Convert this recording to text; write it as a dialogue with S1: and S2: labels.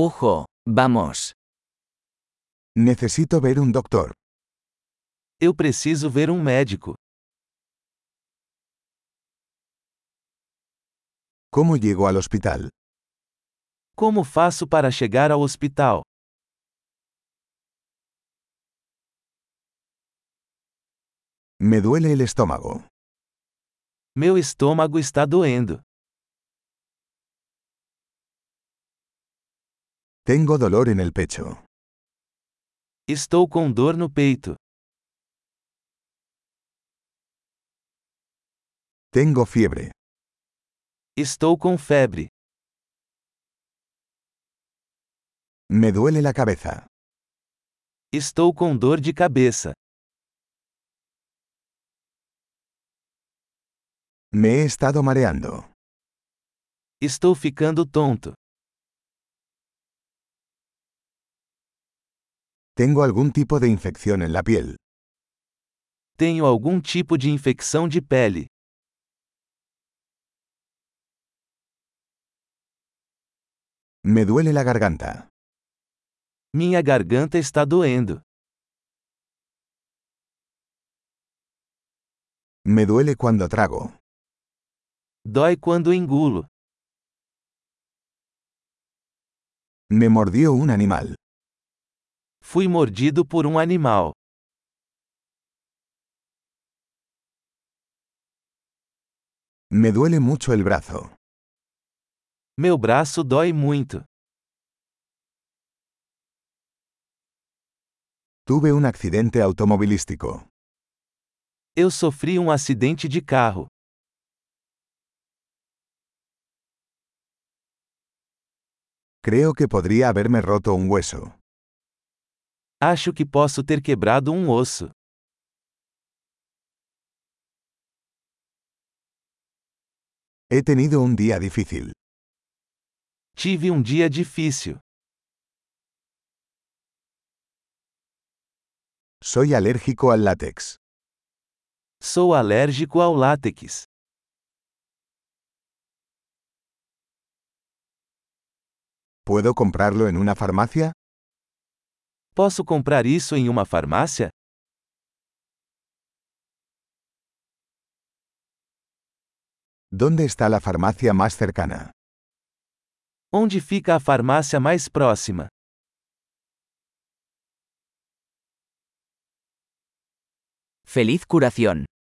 S1: Ojo, vamos.
S2: Necesito ver un doctor.
S3: Eu preciso ver um médico.
S2: ¿Cómo llego al hospital?
S3: Como faço para chegar ao hospital?
S2: Me duele el estómago.
S3: Meu estômago está doendo.
S2: Tengo dolor en el pecho.
S3: Estou com dor no peito.
S2: Tengo fiebre.
S3: Estou com febre.
S2: Me duele la cabeza.
S3: Estou com dor de cabeça.
S2: Me he estado mareando.
S3: Estou ficando tonto.
S2: Tengo algún tipo de infección en la piel.
S3: Tenho algum tipo de infecção de pele.
S2: Me duele la garganta.
S3: Minha garganta está doendo.
S2: Me duele cuando trago.
S3: Dói quando engulo.
S2: Me mordió un animal.
S3: Fui mordido por um animal.
S2: Me duele mucho el brazo.
S3: Meu braço dói muito.
S2: Tuve un accidente automovilístico.
S3: Eu sofri um acidente de carro.
S2: Creo que podría haberme roto un hueso.
S3: Acho que posso ter quebrado um osso.
S2: He tenido un día difícil.
S3: Tive um dia difícil.
S2: Soy alérgico al látex.
S3: Sou alérgico ao látex.
S2: ¿Puedo comprarlo en una farmacia?
S3: Posso comprar isso em uma farmácia?
S2: ¿Dónde está la farmacia más cercana?
S3: Onde fica a farmácia mais próxima?
S1: Feliz curación.